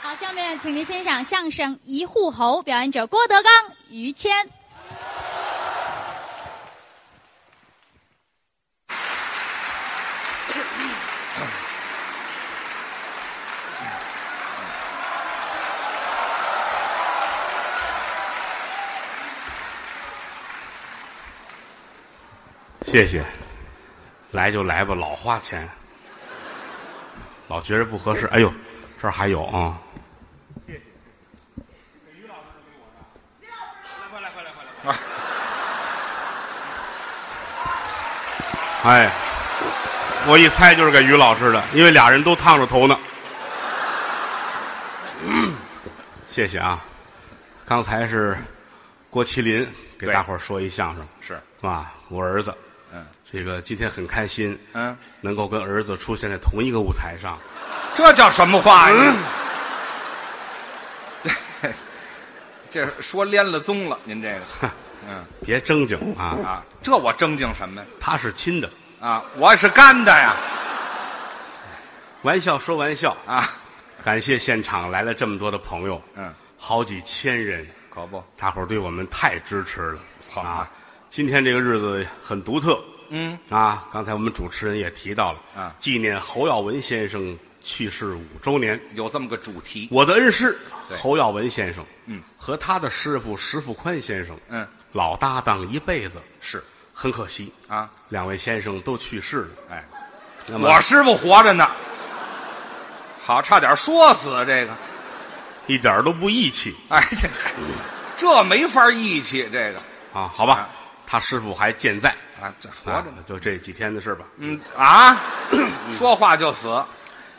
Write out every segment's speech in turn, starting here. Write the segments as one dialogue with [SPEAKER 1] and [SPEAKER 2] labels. [SPEAKER 1] 好，下面请您欣赏相声《一户侯》，表演者郭德纲、于谦。
[SPEAKER 2] 谢谢，来就来吧，老花钱，老觉着不合适。哎呦，这儿还有啊！谢谢，给于老师给我的。来，快来快来快来！哎，我一猜就是给于老师的，因为俩人都烫着头呢。嗯谢谢啊！刚才是郭麒麟给
[SPEAKER 3] 对
[SPEAKER 2] 大伙儿说一相声，
[SPEAKER 3] 是，
[SPEAKER 2] 啊，我儿子，
[SPEAKER 3] 嗯
[SPEAKER 2] 这个今天很开心，
[SPEAKER 3] 嗯，
[SPEAKER 2] 能够跟儿子出现在同一个舞台上。
[SPEAKER 3] 这叫什么话呀？嗯 这这说连了宗了，您这个，嗯
[SPEAKER 2] 别正经啊，
[SPEAKER 3] 啊，这我正经什么呀？
[SPEAKER 2] 他是亲的，
[SPEAKER 3] 啊，我是干的呀，
[SPEAKER 2] 玩笑说玩笑。
[SPEAKER 3] 啊，
[SPEAKER 2] 感谢现场来了这么多的朋友，
[SPEAKER 3] 嗯，
[SPEAKER 2] 好几千人，
[SPEAKER 3] 可不，
[SPEAKER 2] 大伙儿对我们太支持了。
[SPEAKER 3] 好
[SPEAKER 2] 啊，今天这个日子很独特
[SPEAKER 3] 嗯，
[SPEAKER 2] 啊。刚才我们主持人也提到了，
[SPEAKER 3] 啊
[SPEAKER 2] 纪念侯耀文先生去世五周年。
[SPEAKER 3] 有这么个主题，
[SPEAKER 2] 我的恩师
[SPEAKER 3] 对
[SPEAKER 2] 侯耀文先生，
[SPEAKER 3] 嗯，
[SPEAKER 2] 和他的师傅石富宽先生，
[SPEAKER 3] 嗯，
[SPEAKER 2] 老搭档一辈子，
[SPEAKER 3] 是
[SPEAKER 2] 很可惜，
[SPEAKER 3] 啊，
[SPEAKER 2] 两位先生都去世了。
[SPEAKER 3] 哎，
[SPEAKER 2] 那么
[SPEAKER 3] 我师傅活着呢，好，差点说死啊这个，
[SPEAKER 2] 一点儿都不义气
[SPEAKER 3] 哎，这这没法义气，这个
[SPEAKER 2] 啊，好吧？
[SPEAKER 3] 啊
[SPEAKER 2] 他师傅还健在，
[SPEAKER 3] 啊，这活着
[SPEAKER 2] 啊，
[SPEAKER 3] 呢
[SPEAKER 2] 就这几天的事吧。
[SPEAKER 3] 嗯啊， 说话就死，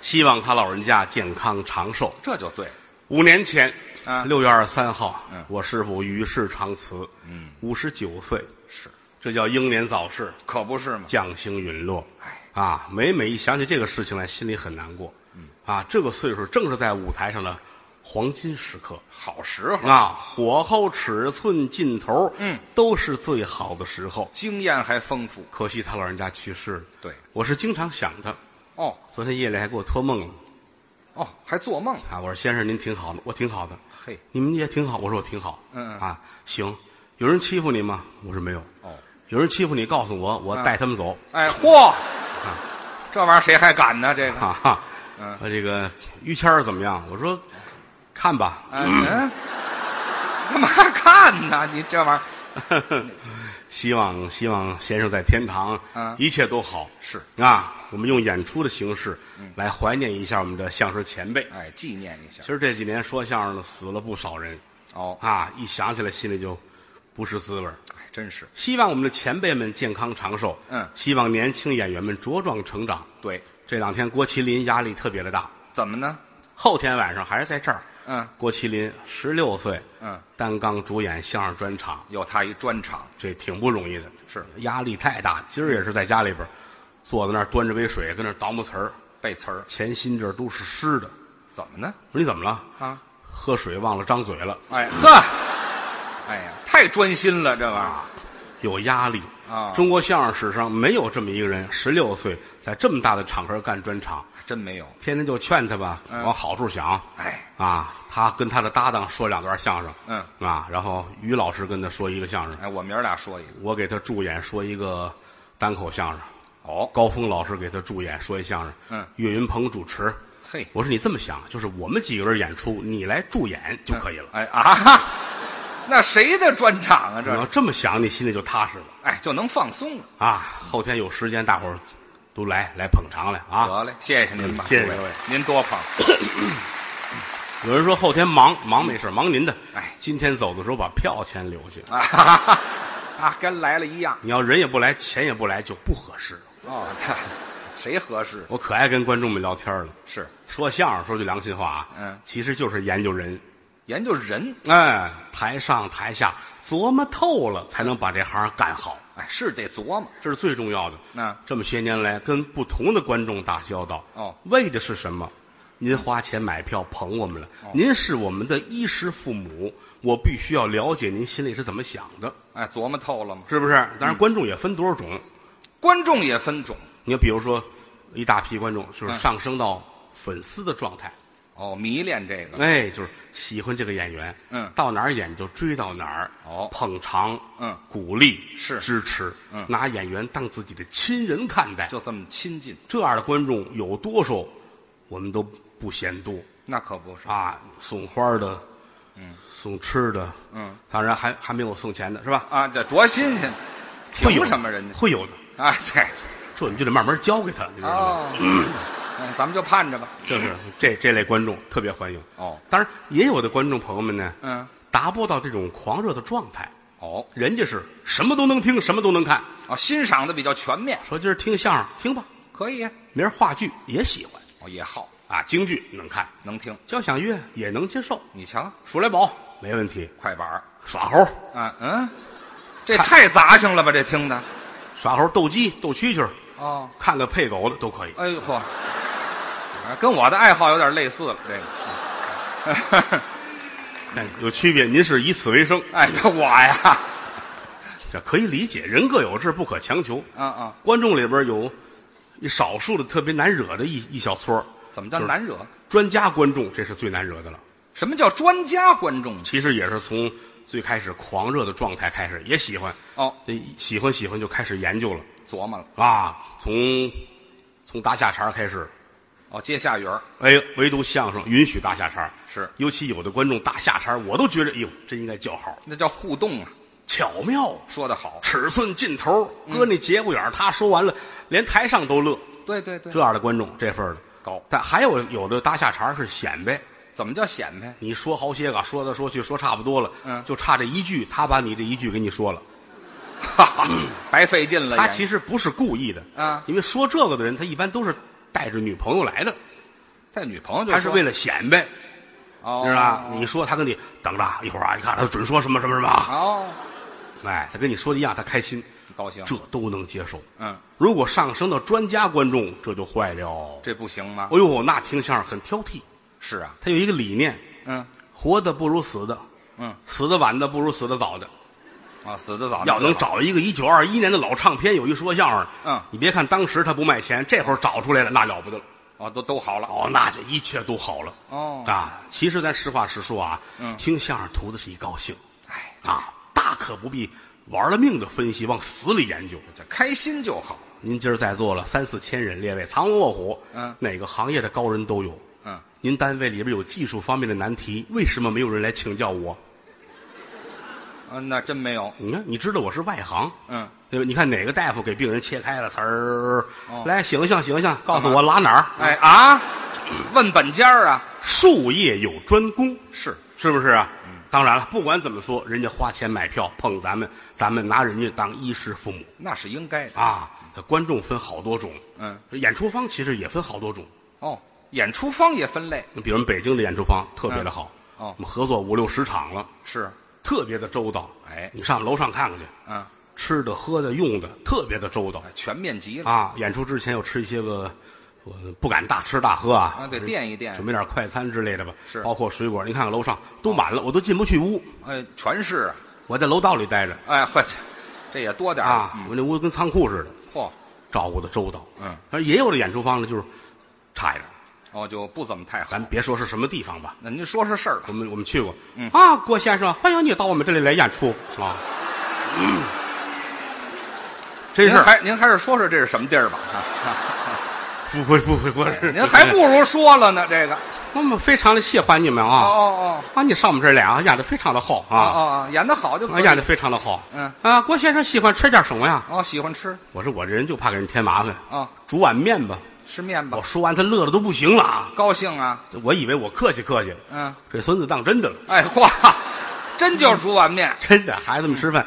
[SPEAKER 2] 希望他老人家健康长寿。
[SPEAKER 3] 这就对了，
[SPEAKER 2] 五年前，
[SPEAKER 3] 啊
[SPEAKER 2] 六月二十三号
[SPEAKER 3] 嗯，
[SPEAKER 2] 我师傅与世长辞，嗯，五十九岁，
[SPEAKER 3] 是，
[SPEAKER 2] 这叫英年早逝，
[SPEAKER 3] 可不是吗？
[SPEAKER 2] 将星陨落。
[SPEAKER 3] 哎，
[SPEAKER 2] 啊，每每一想起这个事情来，心里很难过。
[SPEAKER 3] 嗯
[SPEAKER 2] 啊，这个岁数正是在舞台上的黄金时刻
[SPEAKER 3] 好时候，
[SPEAKER 2] 啊，火候、尺寸、劲头，
[SPEAKER 3] 嗯，
[SPEAKER 2] 都是最好的时候。
[SPEAKER 3] 经验还丰富。
[SPEAKER 2] 可惜他老人家去世了，
[SPEAKER 3] 对，
[SPEAKER 2] 我是经常想他。
[SPEAKER 3] 哦
[SPEAKER 2] 昨天夜里还给我托梦了
[SPEAKER 3] 哦，还做梦。
[SPEAKER 2] 啊，我说先生您挺好的，我挺好的，
[SPEAKER 3] 嘿，
[SPEAKER 2] 你们也挺好，我说我挺好，
[SPEAKER 3] 嗯嗯
[SPEAKER 2] 啊，行，有人欺负你吗？我说没有，
[SPEAKER 3] 哦，
[SPEAKER 2] 有人欺负你告诉我，我
[SPEAKER 3] 啊
[SPEAKER 2] 带他们走，
[SPEAKER 3] 哎，嚯，这玩意儿谁还敢呢？这个，
[SPEAKER 2] 哈哈，
[SPEAKER 3] 嗯
[SPEAKER 2] 呃这个于谦儿怎么样？我说看吧，
[SPEAKER 3] 哎嗯，干嘛看呢？你这玩意儿
[SPEAKER 2] 希望希望先生在天堂，
[SPEAKER 3] 嗯
[SPEAKER 2] 一切都好。
[SPEAKER 3] 是，
[SPEAKER 2] 啊，我们用演出的形式
[SPEAKER 3] 嗯
[SPEAKER 2] 来怀念一下我们的相声前辈。
[SPEAKER 3] 哎，纪念一下
[SPEAKER 2] 其。实这几年说相声的死了不少人
[SPEAKER 3] 哦，
[SPEAKER 2] 啊，一想起来心里就不是滋味儿。
[SPEAKER 3] 哎，真是
[SPEAKER 2] 希望我们的前辈们健康长寿，
[SPEAKER 3] 嗯
[SPEAKER 2] 希望年轻演员们茁壮成长。
[SPEAKER 3] 对。
[SPEAKER 2] 这两天郭麒麟压力特别的大，
[SPEAKER 3] 怎么呢？
[SPEAKER 2] 后天晚上还是在这儿。
[SPEAKER 3] 嗯
[SPEAKER 2] 郭麒麟十六岁，
[SPEAKER 3] 嗯，
[SPEAKER 2] 单刚主演相声专场，
[SPEAKER 3] 有他一专场，
[SPEAKER 2] 这挺不容易的，
[SPEAKER 3] 是嗯
[SPEAKER 2] 压力太大。今儿也是在家里边儿，坐在那儿端着杯水，跟那儿倒磨词儿，
[SPEAKER 3] 背词儿，
[SPEAKER 2] 前心这儿都是湿的。
[SPEAKER 3] 怎么呢？
[SPEAKER 2] 我说你怎么了？
[SPEAKER 3] 啊，
[SPEAKER 2] 喝水忘了张嘴了，
[SPEAKER 3] 哎呵，哎呀，太专心了，这玩意儿
[SPEAKER 2] 有压力
[SPEAKER 3] 啊
[SPEAKER 2] 中国相声史上没有这么一个人，十六岁在这么大的场合干专场，
[SPEAKER 3] 真没有。
[SPEAKER 2] 天天就劝他吧，
[SPEAKER 3] 嗯
[SPEAKER 2] 往好处想。
[SPEAKER 3] 哎，
[SPEAKER 2] 啊，他跟他的搭档说两段相声，
[SPEAKER 3] 嗯
[SPEAKER 2] 啊，然后于老师跟他说一个相声，
[SPEAKER 3] 哎，我明儿俩说一个。
[SPEAKER 2] 我给他助演说一个单口相声，
[SPEAKER 3] 哦，
[SPEAKER 2] 高峰老师给他助演说一相声，
[SPEAKER 3] 嗯
[SPEAKER 2] 岳云鹏主持。
[SPEAKER 3] 嘿，
[SPEAKER 2] 我说你这么想，就是我们几个人演出，你来助演就可以了。
[SPEAKER 3] 哎啊，那谁的专场啊？
[SPEAKER 2] 你要
[SPEAKER 3] 这
[SPEAKER 2] 这么想，你心里就踏实了
[SPEAKER 3] 哎就能放松了。
[SPEAKER 2] 啊。后天有时间，大伙儿都来来捧场来啊。
[SPEAKER 3] 得嘞，谢谢您吧，
[SPEAKER 2] 谢谢
[SPEAKER 3] 各位
[SPEAKER 2] 各位
[SPEAKER 3] 您多捧。
[SPEAKER 2] 有人说后天忙忙没事，忙您的。
[SPEAKER 3] 嗯哎
[SPEAKER 2] 今天走的时候把票钱留下。
[SPEAKER 3] 啊 哈哈啊，跟来了一样
[SPEAKER 2] 你要人也不来，钱也不来，就不合适。
[SPEAKER 3] 哦， 看谁合适？
[SPEAKER 2] 我可爱跟观众们聊天了。
[SPEAKER 3] 是
[SPEAKER 2] 说相声说句良心话啊，
[SPEAKER 3] 嗯
[SPEAKER 2] 其实就是研究人，
[SPEAKER 3] 研究人，
[SPEAKER 2] 哎，台上台下琢磨透了，才能把这行干好，
[SPEAKER 3] 哎，是得琢磨。
[SPEAKER 2] 这是最重要的。
[SPEAKER 3] 嗯
[SPEAKER 2] 这么些年来跟不同的观众打交道，
[SPEAKER 3] 哦
[SPEAKER 2] 为的是什么？您花钱买票捧我们了，您是我们的衣食父母，我必须要了解您心里是怎么想的，
[SPEAKER 3] 哎，琢磨透了吗？
[SPEAKER 2] 是不是？当然，观众也分多少种，
[SPEAKER 3] 观众也分种
[SPEAKER 2] 你比如说，一大批观众就是
[SPEAKER 3] 嗯
[SPEAKER 2] 上升到粉丝的状态，
[SPEAKER 3] 哦，迷恋这个，
[SPEAKER 2] 哎，就是喜欢这个演员，
[SPEAKER 3] 嗯
[SPEAKER 2] 到哪儿演就追到哪儿，
[SPEAKER 3] 哦
[SPEAKER 2] 捧场，
[SPEAKER 3] 嗯
[SPEAKER 2] 鼓励
[SPEAKER 3] 是
[SPEAKER 2] 支持，
[SPEAKER 3] 嗯
[SPEAKER 2] 拿演员当自己的亲人看待，
[SPEAKER 3] 就这么亲近，
[SPEAKER 2] 这样的观众有多少，我们都不嫌多
[SPEAKER 3] 那可不是。
[SPEAKER 2] 啊，送花的，嗯，送吃的，
[SPEAKER 3] 嗯，
[SPEAKER 2] 当然还还没有送钱的是吧？
[SPEAKER 3] 啊，这多新鲜！
[SPEAKER 2] 会有
[SPEAKER 3] 凭什么人家
[SPEAKER 2] 会有的，
[SPEAKER 3] 啊，这
[SPEAKER 2] 这你就得慢慢教给他，你知道吗？
[SPEAKER 3] 哦，嗯咱们就盼着吧。
[SPEAKER 2] 这是这这类观众特别欢迎。
[SPEAKER 3] 哦，
[SPEAKER 2] 当然也有的观众朋友们呢，
[SPEAKER 3] 嗯，
[SPEAKER 2] 达不到这种狂热的状态，
[SPEAKER 3] 哦，
[SPEAKER 2] 人家是什么都能听，什么都能看。
[SPEAKER 3] 哦，欣赏的比较全面，
[SPEAKER 2] 说今儿听相声听吧，
[SPEAKER 3] 可以啊，
[SPEAKER 2] 明儿话剧也喜欢
[SPEAKER 3] 哦，也好，
[SPEAKER 2] 啊，京剧能看，
[SPEAKER 3] 能听。
[SPEAKER 2] 交响乐也能接受，
[SPEAKER 3] 你瞧，
[SPEAKER 2] 数来宝没问题，
[SPEAKER 3] 快板儿
[SPEAKER 2] 耍猴
[SPEAKER 3] 啊，嗯，这
[SPEAKER 2] 看
[SPEAKER 3] 太杂性了吧？这听的
[SPEAKER 2] 耍猴斗鸡斗蛐蛐儿，
[SPEAKER 3] 哦，
[SPEAKER 2] 看个配狗的都可以。
[SPEAKER 3] 哎呦嚯，啊，跟我的爱好有点类似了。这个，
[SPEAKER 2] 但有区别，您是以此为生，
[SPEAKER 3] 哎，我呀，
[SPEAKER 2] 这可以理解，人各有志，不可强求。
[SPEAKER 3] 啊啊，
[SPEAKER 2] 观众里边有一少数的特别难惹的一一小撮儿
[SPEAKER 3] 怎么叫
[SPEAKER 2] 就是
[SPEAKER 3] 难惹？
[SPEAKER 2] 专家观众，这是最难惹的了。
[SPEAKER 3] 什么叫专家观众？
[SPEAKER 2] 其实也是从最开始狂热的状态开始，也喜欢
[SPEAKER 3] 哦，
[SPEAKER 2] 这一喜欢喜欢就开始研究了
[SPEAKER 3] 琢磨了，
[SPEAKER 2] 啊，从从搭下茬儿开始，
[SPEAKER 3] 哦，接下茬儿
[SPEAKER 2] 哎呦，唯独相声允许搭下茬儿
[SPEAKER 3] 是
[SPEAKER 2] 尤其有的观众搭下茬儿我都觉得，哎呦，真应该叫好，
[SPEAKER 3] 那叫互动啊，
[SPEAKER 2] 巧妙，
[SPEAKER 3] 说的好。
[SPEAKER 2] 尺寸尽头，搁那节骨眼儿，他说完了，连台上都乐，
[SPEAKER 3] 对对对
[SPEAKER 2] 这，样的观众这份儿的
[SPEAKER 3] 高
[SPEAKER 2] 但还有有的搭下茬儿是显摆，
[SPEAKER 3] 怎么叫显摆？
[SPEAKER 2] 你说好些个，说来说去说差不多了，
[SPEAKER 3] 嗯
[SPEAKER 2] 就差这一句，他把你这一句给你 说了。
[SPEAKER 3] 哈哈，白费劲了也。
[SPEAKER 2] 他其实不是故意的
[SPEAKER 3] 啊
[SPEAKER 2] 因为说这个的人，他一般都是带着女朋友来的，
[SPEAKER 3] 带女朋友就
[SPEAKER 2] 他是为
[SPEAKER 3] 了
[SPEAKER 2] 了显摆，
[SPEAKER 3] 哦，
[SPEAKER 2] 是吧？你说他跟你等着啊一会儿啊，你看他准说什么什么什么啊，
[SPEAKER 3] 哦，
[SPEAKER 2] 哎，他跟你说的一样，他开心，
[SPEAKER 3] 高兴。
[SPEAKER 2] 这都能接受。
[SPEAKER 3] 嗯，
[SPEAKER 2] 如果上升到专家观众，这就坏了。
[SPEAKER 3] 这不行吗？
[SPEAKER 2] 哎呦，那听相声很挑剔，
[SPEAKER 3] 是啊，
[SPEAKER 2] 他有一个理念：
[SPEAKER 3] 嗯
[SPEAKER 2] 活的不如死的，
[SPEAKER 3] 嗯，
[SPEAKER 2] 死的晚的不如死的早的。
[SPEAKER 3] 啊，死的早，
[SPEAKER 2] 要能
[SPEAKER 3] 早
[SPEAKER 2] 找一个一九二一年的老唱片，有一说相声，
[SPEAKER 3] 嗯
[SPEAKER 2] 你别看当时他不卖钱，这会儿找出来了，那了不得了。
[SPEAKER 3] 哦，都都好了。
[SPEAKER 2] 哦，那就一切都好了。
[SPEAKER 3] 哦
[SPEAKER 2] 啊，其实咱实话实说啊，
[SPEAKER 3] 嗯
[SPEAKER 2] 听相声图的是一高兴
[SPEAKER 3] 哎，
[SPEAKER 2] 啊，大可不必玩了命的分析，往死里研究。
[SPEAKER 3] 这开心就好。
[SPEAKER 2] 您今儿在座了三四千人，列位藏龙卧虎，
[SPEAKER 3] 嗯
[SPEAKER 2] 哪个行业的高人都有。
[SPEAKER 3] 嗯，
[SPEAKER 2] 您单位里边有技术方面的难题，为什么没有人来请教我？
[SPEAKER 3] 啊，那真没有。
[SPEAKER 2] 你看，你知道我是外行，
[SPEAKER 3] 嗯，
[SPEAKER 2] 对吧？你看哪个大夫给病人切开了，词儿、
[SPEAKER 3] 哦
[SPEAKER 2] 来醒醒醒醒，告诉我拉哪儿？
[SPEAKER 3] 哎啊，问本家儿啊，
[SPEAKER 2] 术业有专攻，
[SPEAKER 3] 是
[SPEAKER 2] 是不是啊？
[SPEAKER 3] 嗯
[SPEAKER 2] 当然了，不管怎么说，人家花钱买票碰咱们，咱们拿人家当衣食父母
[SPEAKER 3] 那是应该的。
[SPEAKER 2] 啊。观众分好多种，
[SPEAKER 3] 嗯，
[SPEAKER 2] 演出方其实也分好多种。
[SPEAKER 3] 哦，演出方也分类
[SPEAKER 2] 比如我们北京的演出方特别的好，
[SPEAKER 3] 嗯哦
[SPEAKER 2] 我们合作五六十场了，
[SPEAKER 3] 是，
[SPEAKER 2] 特别的周到。
[SPEAKER 3] 哎
[SPEAKER 2] 你上楼上看看去，
[SPEAKER 3] 嗯，
[SPEAKER 2] 吃的、喝的、用的特别的周到
[SPEAKER 3] 全面极了
[SPEAKER 2] 啊。演出之前又吃一些个，我不敢大吃大喝啊，
[SPEAKER 3] 啊，对，垫一垫
[SPEAKER 2] 准，备点快餐之类的吧，
[SPEAKER 3] 是
[SPEAKER 2] 包括水果。你看看楼上都满了，我都进不去屋，
[SPEAKER 3] 哎，全是啊，
[SPEAKER 2] 我在楼道里待着
[SPEAKER 3] 哎，嚯，这也多点儿
[SPEAKER 2] 啊，
[SPEAKER 3] 嗯
[SPEAKER 2] 我那屋跟仓库似的，
[SPEAKER 3] 嚯，
[SPEAKER 2] 照顾的周到。
[SPEAKER 3] 嗯，
[SPEAKER 2] 而也有的演出方呢，就是差一点儿，
[SPEAKER 3] 哦，就不怎么太好。
[SPEAKER 2] 咱别说是什么地方吧，
[SPEAKER 3] 那您说说事儿吧
[SPEAKER 2] 我，们我们去过
[SPEAKER 3] 嗯
[SPEAKER 2] 啊，郭先生，欢迎你到我们这里来演出啊。 真
[SPEAKER 3] 您
[SPEAKER 2] 是
[SPEAKER 3] 嗯还您还是说说这是什么地儿吧？啊
[SPEAKER 2] 不会不会不是，
[SPEAKER 3] 您还不如说了呢，这个。
[SPEAKER 2] 我们非常的喜欢你们
[SPEAKER 3] 哦
[SPEAKER 2] 啊
[SPEAKER 3] 哦
[SPEAKER 2] 啊！你上我们这儿来啊，演的非常的好
[SPEAKER 3] 哦哦
[SPEAKER 2] 啊
[SPEAKER 3] 哦，演的好就可
[SPEAKER 2] 啊，
[SPEAKER 3] 以
[SPEAKER 2] 演的非常的好。
[SPEAKER 3] 嗯
[SPEAKER 2] 啊，郭先生喜欢吃点什么呀？
[SPEAKER 3] 哦，喜欢吃
[SPEAKER 2] 我说我这人就怕给人添麻烦，
[SPEAKER 3] 啊，
[SPEAKER 2] 煮碗面吧。
[SPEAKER 3] 吃面吧
[SPEAKER 2] 我，说完，他乐的都不行了啊！
[SPEAKER 3] 高兴啊，
[SPEAKER 2] 我以为我客气客气，
[SPEAKER 3] 嗯，
[SPEAKER 2] 这孙子当真的了，
[SPEAKER 3] 哎嚯，真就是煮碗面，
[SPEAKER 2] 真的。孩子们吃饭，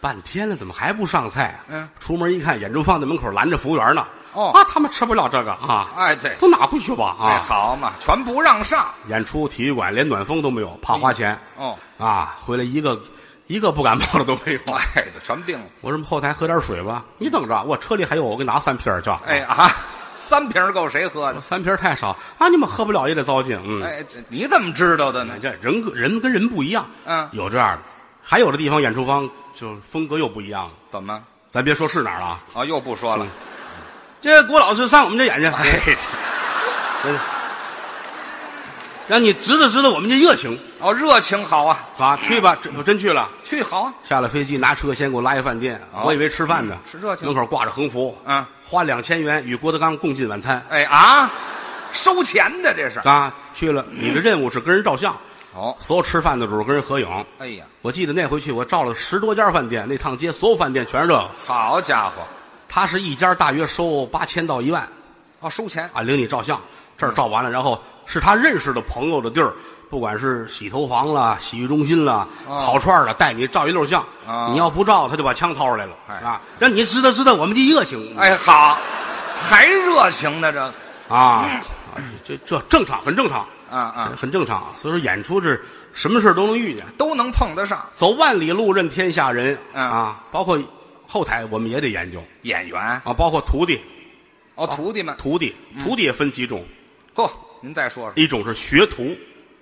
[SPEAKER 2] 半天了，怎么还不上菜、啊？
[SPEAKER 3] 嗯，
[SPEAKER 2] 出门一看，演出放在门口拦着服务员呢。
[SPEAKER 3] 哦
[SPEAKER 2] 啊，他们吃不了这个啊！
[SPEAKER 3] 哎对
[SPEAKER 2] 都拿回去吧啊！
[SPEAKER 3] 哎好嘛，全不让上
[SPEAKER 2] 演出体育馆连暖风都没有，怕花钱、
[SPEAKER 3] 哦，
[SPEAKER 2] 啊！回来一个一个不感冒的都没有。
[SPEAKER 3] 哎，这全病了，
[SPEAKER 2] 我说后台喝点水吧，你等着，我车里还有，我给你拿三瓶儿去。
[SPEAKER 3] 哎，啊，三瓶儿够谁喝的？
[SPEAKER 2] 三瓶儿太少啊！你们喝不了也得糟践。嗯，哎
[SPEAKER 3] 哎，这你怎么知道的呢？
[SPEAKER 2] 这人跟人跟人不一样，
[SPEAKER 3] 嗯
[SPEAKER 2] 有这样的，还有的地方演出方就风格又不一样了。
[SPEAKER 3] 怎么？
[SPEAKER 2] 咱别说是哪儿了啊，
[SPEAKER 3] 啊，又不说了，
[SPEAKER 2] 这郭老师上我们这演去，
[SPEAKER 3] 哎，
[SPEAKER 2] 让你知道知道我们这热情
[SPEAKER 3] 哦，热情好啊，
[SPEAKER 2] 啊！去吧，这我真去了。
[SPEAKER 3] 去好啊，
[SPEAKER 2] 下了飞机，拿车先给我拉一饭店，
[SPEAKER 3] 哦
[SPEAKER 2] 我以为吃饭呢，
[SPEAKER 3] 吃热情
[SPEAKER 2] 门口挂着横幅，
[SPEAKER 3] 嗯，
[SPEAKER 2] 花两千元与郭德纲共进晚餐
[SPEAKER 3] 哎啊，收钱的这是。
[SPEAKER 2] 啊。去了，你的任务是跟人照相，
[SPEAKER 3] 哦，
[SPEAKER 2] 所有吃饭的主儿跟人合影。
[SPEAKER 3] 哎呀，
[SPEAKER 2] 我记得那回去我照了十多家饭店，那趟街所有饭店全是这个。
[SPEAKER 3] 好家伙，
[SPEAKER 2] 他是一家大约收八千到一万
[SPEAKER 3] 哦，收钱
[SPEAKER 2] 啊，领你照相，这儿照完了，然后是他认识的朋友的地儿，不管是洗头房啦、洗浴中心啦、
[SPEAKER 3] 哦
[SPEAKER 2] 烤串儿啦，带你照一溜相
[SPEAKER 3] 哦。
[SPEAKER 2] 你要不照，他就把枪掏出来了
[SPEAKER 3] 哎
[SPEAKER 2] 啊，让你知道知道我们的热情。
[SPEAKER 3] 哎，好，还热情呢，这
[SPEAKER 2] 啊，啊这这正常，很正常，
[SPEAKER 3] 啊哎啊，
[SPEAKER 2] 很正常。所以说演出是什么事儿都能遇见，
[SPEAKER 3] 都能碰得上
[SPEAKER 2] 走万里路任天下人
[SPEAKER 3] 嗯
[SPEAKER 2] 啊，包括后台我们也得研究
[SPEAKER 3] 演员
[SPEAKER 2] 啊，包括徒弟，
[SPEAKER 3] 哦，徒弟们，
[SPEAKER 2] 徒弟，
[SPEAKER 3] 嗯
[SPEAKER 2] 徒弟也分几种，
[SPEAKER 3] 嚯，您再说说
[SPEAKER 2] 一种是学徒，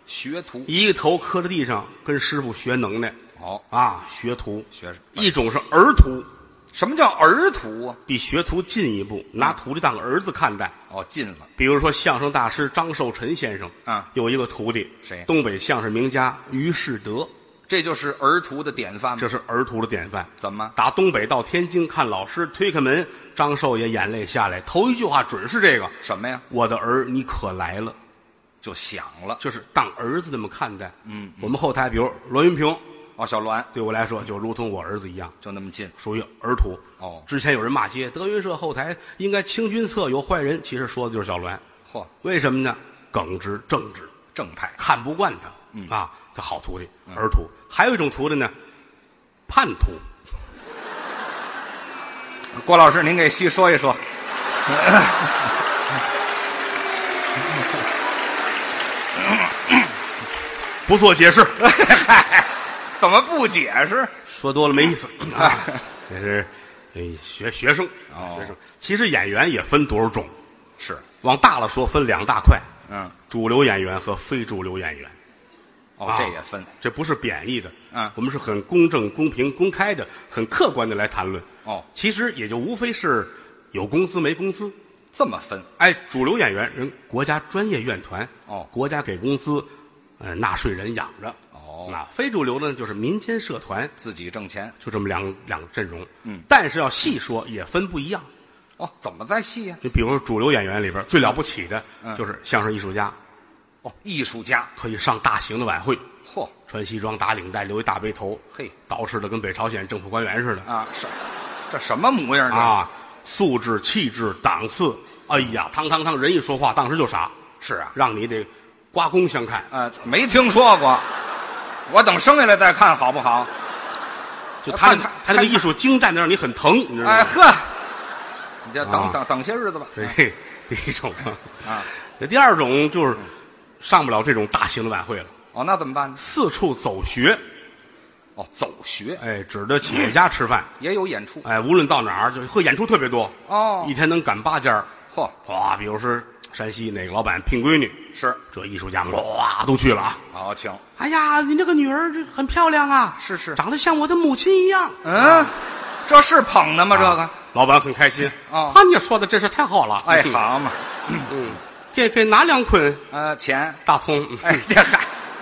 [SPEAKER 3] 学徒
[SPEAKER 2] 一个头磕在地上跟师傅学能耐
[SPEAKER 3] 哦，
[SPEAKER 2] 啊，学徒；
[SPEAKER 3] 学生
[SPEAKER 2] 一种是儿徒，
[SPEAKER 3] 什么叫儿徒啊？
[SPEAKER 2] 比学徒进一步，拿徒弟当儿子看待。
[SPEAKER 3] 哦，进了
[SPEAKER 2] 比如说相声大师张寿臣先生
[SPEAKER 3] 啊，
[SPEAKER 2] 有一个徒弟，
[SPEAKER 3] 谁
[SPEAKER 2] 东北相声名家于士德，
[SPEAKER 3] 这就是儿徒的典范吗？
[SPEAKER 2] 这是儿徒的典范。
[SPEAKER 3] 怎么
[SPEAKER 2] 打东北到天津看老师，推开门，张寿也眼泪下来，头一句话准是这个
[SPEAKER 3] 什么呀？：“
[SPEAKER 2] 我的儿，你可来了。
[SPEAKER 3] 就响”了
[SPEAKER 2] 就是当儿子那么看待。
[SPEAKER 3] 嗯，
[SPEAKER 2] 我们后台比如罗云平，
[SPEAKER 3] 哦，小栾
[SPEAKER 2] 对我来说就如同我儿子一样，
[SPEAKER 3] 就那么近
[SPEAKER 2] 属于儿徒。
[SPEAKER 3] 哦，
[SPEAKER 2] 之前有人骂街，德云社后台应该清君侧有坏人，其实说的就是小栾。
[SPEAKER 3] 嚯，
[SPEAKER 2] 为什么呢？耿直正直，
[SPEAKER 3] 正派
[SPEAKER 2] 看不惯他、
[SPEAKER 3] 嗯
[SPEAKER 2] 啊，他好徒弟，儿徒。还有一种徒弟呢，叛徒。
[SPEAKER 3] 郭老师，您给细说一说。
[SPEAKER 2] 不做解释，
[SPEAKER 3] 哎嗨，怎么不解释？
[SPEAKER 2] 说多了没意思啊。这是，哎，学学生，
[SPEAKER 3] 哎哦
[SPEAKER 2] 学生。其实演员也分多少种，
[SPEAKER 3] 是，
[SPEAKER 2] 往大了说分两大块，
[SPEAKER 3] 嗯，
[SPEAKER 2] 主流演员和非主流演员。
[SPEAKER 3] 哦
[SPEAKER 2] 啊，
[SPEAKER 3] 这也分，
[SPEAKER 2] 这不是贬义的，
[SPEAKER 3] 嗯
[SPEAKER 2] 我们是很公正、公平、公开的，很客观的来谈论。
[SPEAKER 3] 哦，
[SPEAKER 2] 其实也就无非是有工资没工资。
[SPEAKER 3] 这么分，
[SPEAKER 2] 哎，主流演员人国家专业院团
[SPEAKER 3] 哦
[SPEAKER 2] 国家给工资，呃，纳税人养着。
[SPEAKER 3] 哦
[SPEAKER 2] 那非主流呢，就是民间社团，
[SPEAKER 3] 自己挣钱，
[SPEAKER 2] 就这么两两个阵容。嗯，但是要细说也分不一样。
[SPEAKER 3] 哦，怎么在戏呀、
[SPEAKER 2] 你比如说主流演员里边最了不起的
[SPEAKER 3] 嗯
[SPEAKER 2] 就是相声艺术家，
[SPEAKER 3] 哦，艺术家，
[SPEAKER 2] 可以上大型的晚会，
[SPEAKER 3] 嚯，
[SPEAKER 2] 穿西装打领带，留一大背头，
[SPEAKER 3] 嘿，
[SPEAKER 2] 捯饬的跟北朝鲜政府官员似的。
[SPEAKER 3] 啊，是，这什么模样啊？
[SPEAKER 2] 啊，素质、气质、档次，哎呀，堂堂堂人一说话，当时就傻，
[SPEAKER 3] 是啊，
[SPEAKER 2] 让你得刮目相看。
[SPEAKER 3] 呃，没听说过，我等生下来再看好不好？
[SPEAKER 2] 就他
[SPEAKER 3] 呃看他
[SPEAKER 2] 他那个艺术精湛的，让你很疼，你知道
[SPEAKER 3] 哎
[SPEAKER 2] 吗？
[SPEAKER 3] 呵，你就等、
[SPEAKER 2] 啊
[SPEAKER 3] 等等些日子吧。
[SPEAKER 2] 这这 第一种
[SPEAKER 3] 哎啊，
[SPEAKER 2] 这第二种就是上不了这种大型的晚会了，
[SPEAKER 3] 哦，那怎么办呢？
[SPEAKER 2] 四处走学，
[SPEAKER 3] 哦，走学
[SPEAKER 2] 哎，指着企业家吃饭，
[SPEAKER 3] 也有演出。
[SPEAKER 2] 哎，无论到哪儿，就会演出特别多，
[SPEAKER 3] 嗯哦
[SPEAKER 2] 一天能赶八家儿，
[SPEAKER 3] 嚯，
[SPEAKER 2] 哇，比如说山西哪个老板聘闺女，
[SPEAKER 3] 是，
[SPEAKER 2] 这艺术家们哇都去了啊。
[SPEAKER 3] 好，请，
[SPEAKER 2] 哎呀，你这个女儿这很漂亮啊，
[SPEAKER 3] 是是
[SPEAKER 2] 长得像我的母亲一样。
[SPEAKER 3] 嗯，这是捧的吗？这个
[SPEAKER 2] 啊，老板很开心
[SPEAKER 3] 哦
[SPEAKER 2] 他家说的真是太好了。
[SPEAKER 3] 哎，
[SPEAKER 2] 嗯，
[SPEAKER 3] 好嘛，
[SPEAKER 2] 给给拿两捆
[SPEAKER 3] 呃，钱，
[SPEAKER 2] 大葱。嗯
[SPEAKER 3] 哎，这嗨，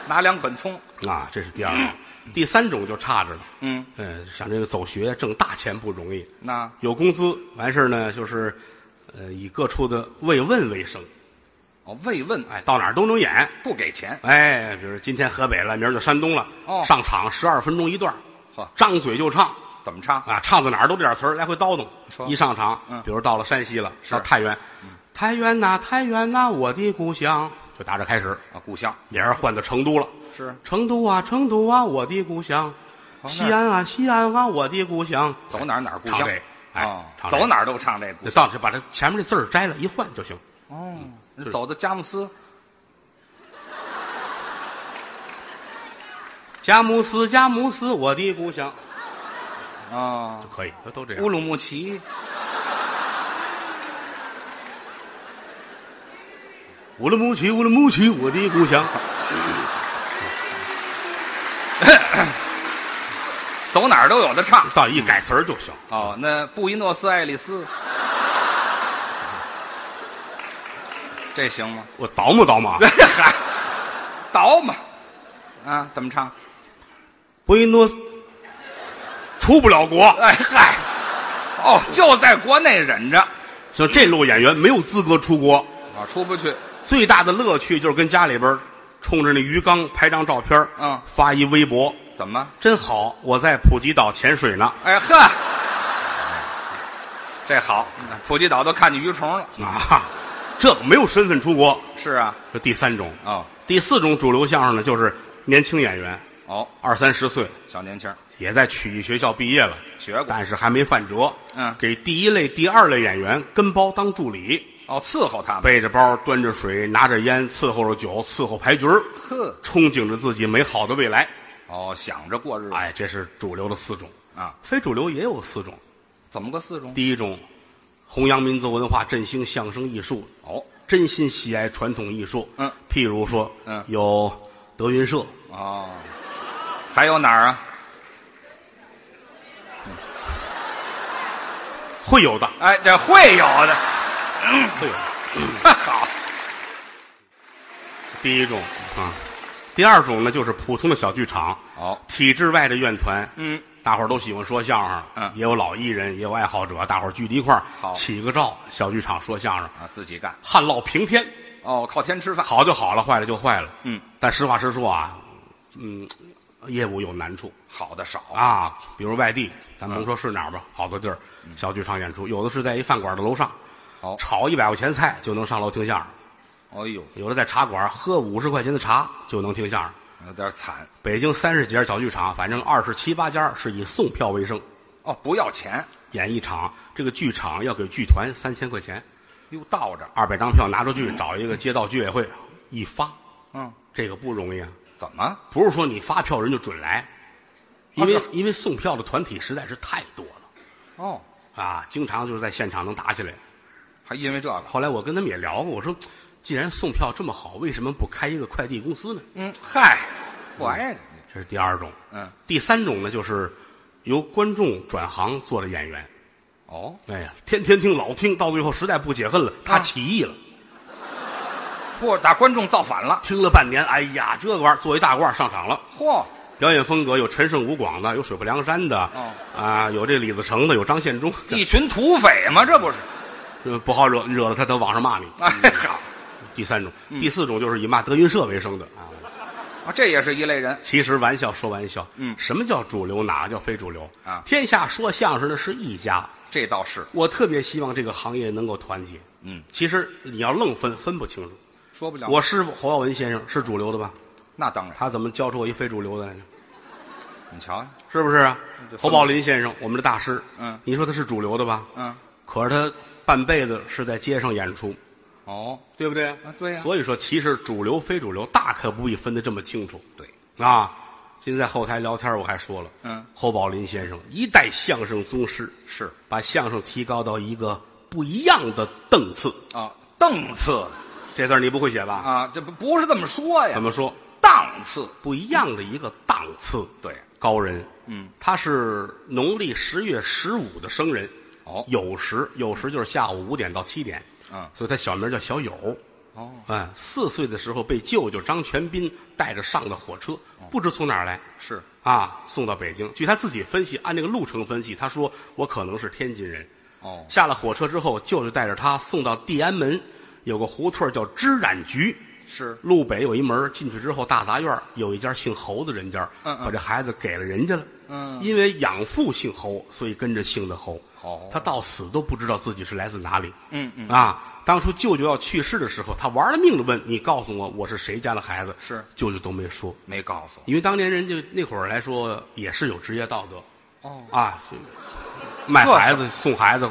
[SPEAKER 3] 拿两捆葱，
[SPEAKER 2] 啊，这是第二 种，第三种就差着了。
[SPEAKER 3] 嗯
[SPEAKER 2] 嗯，像这个走学挣大钱不容易，
[SPEAKER 3] 那
[SPEAKER 2] 有工资完事儿呢，就是呃以各处的慰问为生，
[SPEAKER 3] 哦，慰问，哎，
[SPEAKER 2] 哎，到哪儿都能演。
[SPEAKER 3] 不给钱，
[SPEAKER 2] 哎，比如今天河北了，明儿就山东了，
[SPEAKER 3] 哦
[SPEAKER 2] 上场十二分钟一段儿
[SPEAKER 3] 呵，
[SPEAKER 2] 张嘴就唱。
[SPEAKER 3] 怎么唱？
[SPEAKER 2] 啊，唱到哪儿都这点词儿，来回叨叨。
[SPEAKER 3] 说
[SPEAKER 2] 一上场，
[SPEAKER 3] 嗯
[SPEAKER 2] 比如到了山西了，到太原，太原呐、太原呐、我的故乡，就打这开始。
[SPEAKER 3] 啊，故乡
[SPEAKER 2] 俩人换到成都了，
[SPEAKER 3] 是
[SPEAKER 2] 成都啊，成都啊，我的故乡；
[SPEAKER 3] 哦
[SPEAKER 2] 西安啊，西安啊，我的故乡。
[SPEAKER 3] 走哪儿哪儿故
[SPEAKER 2] 唱
[SPEAKER 3] 乡
[SPEAKER 2] 这个，哎
[SPEAKER 3] 哦，
[SPEAKER 2] 唱这个
[SPEAKER 3] 走哪儿都唱这
[SPEAKER 2] 就
[SPEAKER 3] 个。
[SPEAKER 2] 到这把这前面这字儿摘了一换就行。
[SPEAKER 3] 哦，走到佳木斯，
[SPEAKER 2] 佳木斯，佳木斯，我的故乡，
[SPEAKER 3] 啊，
[SPEAKER 2] 可以，都都这
[SPEAKER 3] 乌
[SPEAKER 2] 样。
[SPEAKER 3] 鲁木齐，
[SPEAKER 2] 乌鲁木齐，乌鲁木齐，我的故乡。
[SPEAKER 3] 走哪儿都有的唱。
[SPEAKER 2] 到一改词儿就行。
[SPEAKER 3] 哦，那布宜诺斯艾利 斯，这行吗？
[SPEAKER 2] 我倒磨倒磨啊，
[SPEAKER 3] 嗨，倒嘛，啊，怎么唱？
[SPEAKER 2] 布宜诺斯出不了国，
[SPEAKER 3] 哎嗨，哦，就在国内忍着
[SPEAKER 2] 像这路演员没有资格出国。
[SPEAKER 3] 啊，出不去。
[SPEAKER 2] 最大的乐趣就是跟家里边儿冲着那鱼缸拍张照片，
[SPEAKER 3] 嗯
[SPEAKER 2] 发一微博，
[SPEAKER 3] 怎么？
[SPEAKER 2] 真好，我在普吉岛潜水呢
[SPEAKER 3] 哎呵，这好，普吉岛都看见鱼虫了。
[SPEAKER 2] 啊！这个没有身份出国，
[SPEAKER 3] 是啊，
[SPEAKER 2] 这第三种。
[SPEAKER 3] 哦
[SPEAKER 2] 第四种主流相声呢，就是年轻演员，
[SPEAKER 3] 哦，
[SPEAKER 2] 二三十岁，
[SPEAKER 3] 小年轻儿
[SPEAKER 2] 也在曲艺学校毕业了，
[SPEAKER 3] 学过
[SPEAKER 2] 但是还没犯辙。
[SPEAKER 3] 嗯
[SPEAKER 2] 给第一类、第二类演员跟包当助理，
[SPEAKER 3] 哦，伺候他们。
[SPEAKER 2] 背着包，端着水，拿着烟，伺候着酒，伺候牌局儿，
[SPEAKER 3] 呵
[SPEAKER 2] 憧憬着自己美好的未来。
[SPEAKER 3] 哦，想着过日子、
[SPEAKER 2] 哎，这是主流的四种，
[SPEAKER 3] 啊？
[SPEAKER 2] 非主流也有四种。
[SPEAKER 3] 怎么个四种？
[SPEAKER 2] 第一种，弘扬民族文化，振兴相声艺术，
[SPEAKER 3] 哦
[SPEAKER 2] 真心喜爱传统艺术。
[SPEAKER 3] 嗯，
[SPEAKER 2] 譬如说，
[SPEAKER 3] 嗯
[SPEAKER 2] 有德云社，
[SPEAKER 3] 哦，还有哪儿啊？
[SPEAKER 2] 会有的，
[SPEAKER 3] 哎，这会有的。
[SPEAKER 2] 会有的。
[SPEAKER 3] 好，
[SPEAKER 2] 第一种啊，第二种呢就是普通的小剧场，
[SPEAKER 3] 哦
[SPEAKER 2] 体制外的院团，
[SPEAKER 3] 嗯，
[SPEAKER 2] 大伙儿都喜欢说相声，
[SPEAKER 3] 嗯
[SPEAKER 2] 也有老艺人，也有爱好者，大伙儿聚在一块儿，
[SPEAKER 3] 好
[SPEAKER 2] 起个照，小剧场说相声，
[SPEAKER 3] 啊，自己干。
[SPEAKER 2] 旱涝平天，
[SPEAKER 3] 哦，靠天吃饭。
[SPEAKER 2] 好就好了，坏了就坏了，
[SPEAKER 3] 嗯，
[SPEAKER 2] 但实话实说啊，嗯，业务有难处
[SPEAKER 3] 好嗯的少啊。
[SPEAKER 2] 啊，比如外地，咱甭说是哪儿吧，好多地儿小剧场演出，有的是在一饭馆的楼上，
[SPEAKER 3] 嗯好
[SPEAKER 2] 炒一百块钱菜就能上楼听相声，
[SPEAKER 3] 哎呦，
[SPEAKER 2] 有的在茶馆喝五十块钱的茶就能听相声。
[SPEAKER 3] 有点惨。
[SPEAKER 2] 北京三十几家小剧场，反正二十七八家是以送票为生。
[SPEAKER 3] 哦，不要钱，
[SPEAKER 2] 演一场，这个剧场要给剧团三千块钱，
[SPEAKER 3] 又倒着。
[SPEAKER 2] 二百张票拿出 去，找一个街道居委会一发，
[SPEAKER 3] 嗯，
[SPEAKER 2] 这个不容易啊！
[SPEAKER 3] 怎么？
[SPEAKER 2] 不是说你发票人就准来，因为、
[SPEAKER 3] 啊啊是
[SPEAKER 2] 因为送票的团体实在是太多了
[SPEAKER 3] 哦，
[SPEAKER 2] 啊，经常就是在现场能打起来。
[SPEAKER 3] 还因为这个？
[SPEAKER 2] 后来我跟他们也聊过，我说，既然送票这么好，为什么不开一个快递公司呢？
[SPEAKER 3] 嗯，嗨，不挨着你。
[SPEAKER 2] 这是第二种。
[SPEAKER 3] 嗯，
[SPEAKER 2] 第三种呢，就是由观众转行做了演员。
[SPEAKER 3] 哦，
[SPEAKER 2] 哎呀，天天听老听，到最后实在不解恨了，
[SPEAKER 3] 啊
[SPEAKER 2] 他起义了。
[SPEAKER 3] 嚯，打观众造反了。
[SPEAKER 2] 听了半年，哎呀，这个玩意儿做一大褂上场了。
[SPEAKER 3] 嚯，
[SPEAKER 2] 表演风格有陈胜吴广的，有水泊梁山的，
[SPEAKER 3] 哦
[SPEAKER 2] 啊，有这李自成的，有张献忠。
[SPEAKER 3] 一群土匪嘛，这不是？
[SPEAKER 2] 呃不好惹，惹了他，他网上骂你。
[SPEAKER 3] 哎好，
[SPEAKER 2] 第三种、
[SPEAKER 3] 嗯
[SPEAKER 2] 第四种就是以骂德云社为生的啊。
[SPEAKER 3] 啊这也是一类人。
[SPEAKER 2] 其实玩笑说玩笑，
[SPEAKER 3] 嗯
[SPEAKER 2] 什么叫主流，哪个叫非主流
[SPEAKER 3] 啊
[SPEAKER 2] 天下说相声的是一家，
[SPEAKER 3] 这倒是，
[SPEAKER 2] 我特别希望这个行业能够团结。
[SPEAKER 3] 嗯，啊
[SPEAKER 2] 其实你要愣分，分不清楚。
[SPEAKER 3] 说不了。
[SPEAKER 2] 我师傅侯耀文先生是主流的吧？
[SPEAKER 3] 那当然，
[SPEAKER 2] 他怎么教出我一非主流的来呢？
[SPEAKER 3] 你瞧呀，
[SPEAKER 2] 是不是啊
[SPEAKER 3] 嗯这？
[SPEAKER 2] 侯宝林先生，我们的大师，
[SPEAKER 3] 嗯
[SPEAKER 2] 你说他是主流的吧？
[SPEAKER 3] 嗯，
[SPEAKER 2] 可是他半辈子是在街上演出，
[SPEAKER 3] 哦，
[SPEAKER 2] 对不对？
[SPEAKER 3] 啊对呀
[SPEAKER 2] 所以说，其实主流非主流大可不必分得这么清楚
[SPEAKER 3] 对，
[SPEAKER 2] 啊。今天在后台聊天，我还说了，
[SPEAKER 3] 嗯，
[SPEAKER 2] 侯宝林先生一代相声宗师，
[SPEAKER 3] 是
[SPEAKER 2] 把相声提高到一个不一样的档次。
[SPEAKER 3] 啊，档次
[SPEAKER 2] 这字儿你不会写吧？
[SPEAKER 3] 啊，这不不是这么说呀
[SPEAKER 2] 怎，么说？
[SPEAKER 3] 档次
[SPEAKER 2] 不一样的一个档次。
[SPEAKER 3] 对，
[SPEAKER 2] 高人，
[SPEAKER 3] 嗯，
[SPEAKER 2] 他是农历十月十五的生人，
[SPEAKER 3] 哦
[SPEAKER 2] 有时有时就是下午五点到七点，
[SPEAKER 3] 嗯
[SPEAKER 2] 所以他小名叫小友，
[SPEAKER 3] 哦，
[SPEAKER 2] 嗯，四岁的时候被舅舅张全斌带着上的火车，不知从哪儿来，
[SPEAKER 3] 是
[SPEAKER 2] 啊，送到北京。据他自己分析，按这个路程分析，他说我可能是天津人。
[SPEAKER 3] 哦，
[SPEAKER 2] 下了火车之后，舅舅带着他送到地安门，有个胡同叫织染局，
[SPEAKER 3] 是
[SPEAKER 2] 路北有一门，进去之后大杂院儿有一家姓侯的人家，
[SPEAKER 3] 嗯嗯
[SPEAKER 2] 把这孩子给了人家了。
[SPEAKER 3] 嗯
[SPEAKER 2] 因为养父姓侯，所以跟着姓的侯。
[SPEAKER 3] 哦
[SPEAKER 2] 他到死都不知道自己是来自哪里。
[SPEAKER 3] 嗯嗯
[SPEAKER 2] 啊，当初舅舅要去世的时候，他玩了命的问：“你告诉我，我是谁家的孩子？”
[SPEAKER 3] 是
[SPEAKER 2] 舅舅都没说，
[SPEAKER 3] 没告诉
[SPEAKER 2] 因为当年人家那会儿来说也是有职业道德
[SPEAKER 3] 我哦，
[SPEAKER 2] 啊，就卖
[SPEAKER 3] 这是
[SPEAKER 2] 孩子送孩子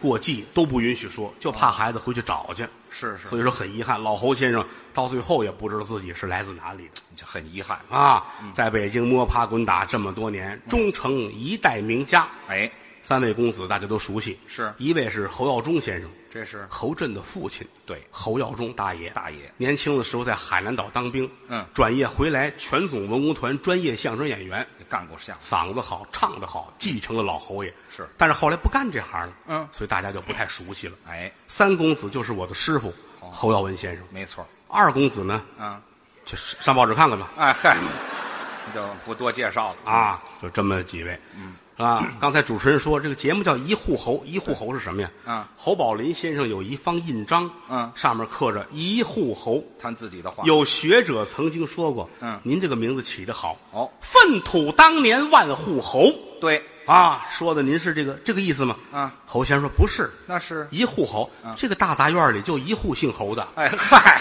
[SPEAKER 2] 过继都不允许说，就
[SPEAKER 3] 哦
[SPEAKER 2] 怕孩子回去找去。
[SPEAKER 3] 是是，
[SPEAKER 2] 所以说很遗憾，老侯先生到最后也不知道自己是来自哪里的
[SPEAKER 3] 这很遗憾。
[SPEAKER 2] 啊，
[SPEAKER 3] 嗯
[SPEAKER 2] 在北京摸爬滚打这么多年，终成一代名家。
[SPEAKER 3] 哎，
[SPEAKER 2] 三位公子大家都熟悉，
[SPEAKER 3] 是
[SPEAKER 2] 一位是侯耀中先生，
[SPEAKER 3] 这是
[SPEAKER 2] 侯震的父亲，
[SPEAKER 3] 对
[SPEAKER 2] 侯耀中大爷。
[SPEAKER 3] 大爷
[SPEAKER 2] 年轻的时候在海南岛当兵，
[SPEAKER 3] 嗯
[SPEAKER 2] 转业回来，全总文工团专业相声演员，
[SPEAKER 3] 也干过相声，
[SPEAKER 2] 嗓子好，唱得好，继承了老侯爷。
[SPEAKER 3] 是
[SPEAKER 2] 但是后来不干这行了，
[SPEAKER 3] 嗯
[SPEAKER 2] 所以大家就不太熟悉了。
[SPEAKER 3] 哎，哦
[SPEAKER 2] 三公子就是我的师傅侯耀文先生。
[SPEAKER 3] 没错，
[SPEAKER 2] 二公子呢，
[SPEAKER 3] 啊，
[SPEAKER 2] 去上报纸看看吧。
[SPEAKER 3] 哎嗨， 就不多介绍了。
[SPEAKER 2] 啊，就这么几位。
[SPEAKER 3] 嗯
[SPEAKER 2] 啊，刚才主持人说这个节目叫《一户侯》，一户侯是什么呀？
[SPEAKER 3] 嗯
[SPEAKER 2] 侯宝林先生有一方印章，
[SPEAKER 3] 嗯
[SPEAKER 2] 上面刻着“一户侯
[SPEAKER 3] 谈自己的话”。，
[SPEAKER 2] 有学者曾经说过，
[SPEAKER 3] 嗯
[SPEAKER 2] 您这个名字起得好，
[SPEAKER 3] 哦，
[SPEAKER 2] 粪土当年万户侯
[SPEAKER 3] 对，
[SPEAKER 2] 啊，说的您是这个这个意思吗？
[SPEAKER 3] 嗯
[SPEAKER 2] 侯先生说不是，
[SPEAKER 3] 那是，
[SPEAKER 2] 一户侯，这个大杂院里就一户姓侯的
[SPEAKER 3] 哎嗨，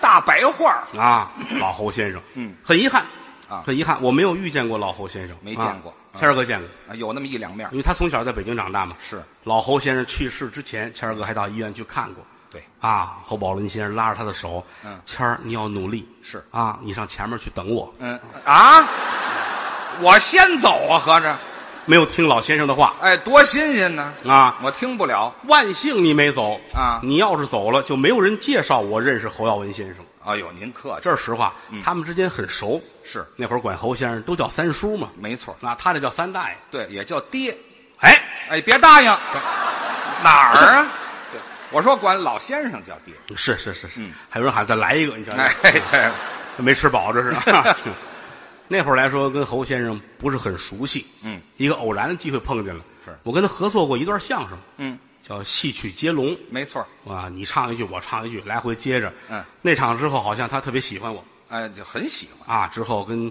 [SPEAKER 3] 大白话儿
[SPEAKER 2] 啊，老侯先生，嗯，很遗憾
[SPEAKER 3] 啊
[SPEAKER 2] 很遗憾，我没有遇见过老侯先生，
[SPEAKER 3] 没见过
[SPEAKER 2] 啊谦儿哥见过。
[SPEAKER 3] 啊有那么一两面儿
[SPEAKER 2] 因为他从小在北京长大嘛。
[SPEAKER 3] 是
[SPEAKER 2] 老侯先生去世之前，谦儿哥还到医院去看过。
[SPEAKER 3] 对，
[SPEAKER 2] 啊，侯宝林先生拉着他的手，
[SPEAKER 3] 嗯
[SPEAKER 2] 谦儿，你要努力，
[SPEAKER 3] 是
[SPEAKER 2] 啊，你上前面去等我。
[SPEAKER 3] 嗯啊， 我先走啊，合着，
[SPEAKER 2] 没有听老先生的话
[SPEAKER 3] 哎，多新鲜呢！
[SPEAKER 2] 啊，
[SPEAKER 3] 我听不了
[SPEAKER 2] 万幸你没走
[SPEAKER 3] 啊
[SPEAKER 2] 你要是走了，就没有人介绍我认识侯耀文先生，
[SPEAKER 3] 哎呦，您客气，
[SPEAKER 2] 这是实话。
[SPEAKER 3] 嗯
[SPEAKER 2] 他们之间很熟，
[SPEAKER 3] 是
[SPEAKER 2] 那会儿管侯先生都叫三叔嘛，
[SPEAKER 3] 没错儿，
[SPEAKER 2] 那他这叫三大爷。
[SPEAKER 3] 对，也叫爹。
[SPEAKER 2] 哎，
[SPEAKER 3] 哎，别答应，哪儿啊？对我说管老先生叫爹。
[SPEAKER 2] 是是是是，还有人喊再来一个，你瞧。
[SPEAKER 3] 嗯哎，对，
[SPEAKER 2] 没吃饱 这是。那会儿来说，跟侯先生不是很熟悉，
[SPEAKER 3] 嗯，
[SPEAKER 2] 一个偶然的机会碰见了，
[SPEAKER 3] 是
[SPEAKER 2] 我跟他合作过一段相声，
[SPEAKER 3] 嗯，
[SPEAKER 2] 叫戏曲接龙，
[SPEAKER 3] 没错儿，
[SPEAKER 2] 啊，你唱一句，我唱一句，来回接着，
[SPEAKER 3] 嗯，
[SPEAKER 2] 那场之后好像他特别喜欢我
[SPEAKER 3] 哎，就很喜欢。
[SPEAKER 2] 啊，之后跟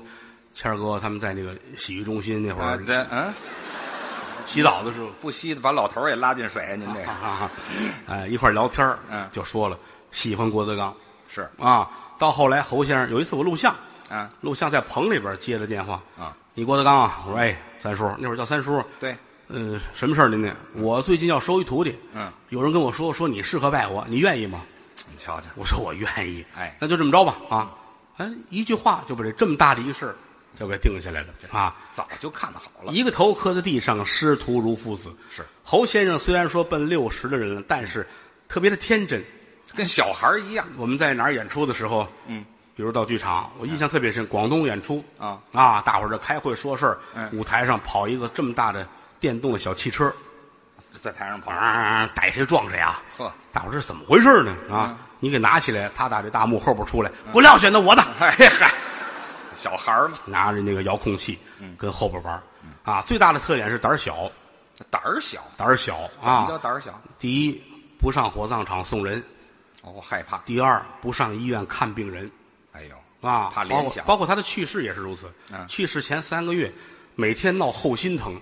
[SPEAKER 2] 谦儿哥他们在那个洗浴中心那会
[SPEAKER 3] 啊，
[SPEAKER 2] 儿
[SPEAKER 3] 这嗯，
[SPEAKER 2] 洗澡的时候
[SPEAKER 3] 不惜的把老头儿也拉进水，您这
[SPEAKER 2] 啊啊，哎一块儿聊天儿
[SPEAKER 3] 嗯
[SPEAKER 2] 就说了喜欢郭德纲
[SPEAKER 3] 是
[SPEAKER 2] 啊，到后来侯先生有一次我录像，
[SPEAKER 3] 啊
[SPEAKER 2] 录像在棚里边接着电话
[SPEAKER 3] 啊，
[SPEAKER 2] 你郭德纲啊，我说哎，三叔，那会儿叫三叔，
[SPEAKER 3] 对，
[SPEAKER 2] 呃，什么事儿您呢？我最近要收一徒弟，
[SPEAKER 3] 嗯，
[SPEAKER 2] 有人跟我说说你适合拜我，你愿意吗？
[SPEAKER 3] 你瞧瞧，
[SPEAKER 2] 我说我愿意，
[SPEAKER 3] 哎嗯
[SPEAKER 2] 那就这么着吧啊，哎，一句话就把这这么大的一个事儿就给定下来了啊。
[SPEAKER 3] 早就看好了。
[SPEAKER 2] 一个头磕在地上，师徒如父子。
[SPEAKER 3] 是
[SPEAKER 2] 侯先生虽然说奔六十的人了，但是特别的天真。
[SPEAKER 3] 跟小孩儿一样。
[SPEAKER 2] 我们在哪儿演出的时候，
[SPEAKER 3] 嗯，
[SPEAKER 2] 比如到剧场，我印象特别深，广东演出
[SPEAKER 3] 啊
[SPEAKER 2] 啊，大伙儿这开会说事儿，
[SPEAKER 3] 嗯
[SPEAKER 2] 舞台上跑一个这么大的电动的小汽车，
[SPEAKER 3] 在台上跑，
[SPEAKER 2] 啊，逮谁撞谁啊！
[SPEAKER 3] 呵，
[SPEAKER 2] 大伙儿这怎么回事呢？啊，
[SPEAKER 3] 嗯
[SPEAKER 2] 你给拿起来，他打这大幕后边出来，给我撂下，那我的，
[SPEAKER 3] 哎嗨，小孩儿嘛，
[SPEAKER 2] 拿着那个遥控器
[SPEAKER 3] 嗯
[SPEAKER 2] 跟后边玩儿啊，最大的特点是胆儿小，
[SPEAKER 3] 胆儿小，
[SPEAKER 2] 胆儿小
[SPEAKER 3] 什么叫
[SPEAKER 2] 啊。
[SPEAKER 3] 胆儿小？
[SPEAKER 2] 第一，不上火葬场送人；
[SPEAKER 3] 哦，我害怕，
[SPEAKER 2] 第二，不上医院看病人。
[SPEAKER 3] 哎呦，
[SPEAKER 2] 啊，
[SPEAKER 3] 怕
[SPEAKER 2] 包
[SPEAKER 3] 联
[SPEAKER 2] 括
[SPEAKER 3] 想，
[SPEAKER 2] 包括他的去世也是如此。
[SPEAKER 3] 嗯
[SPEAKER 2] 去世前三个月，每天闹后心疼、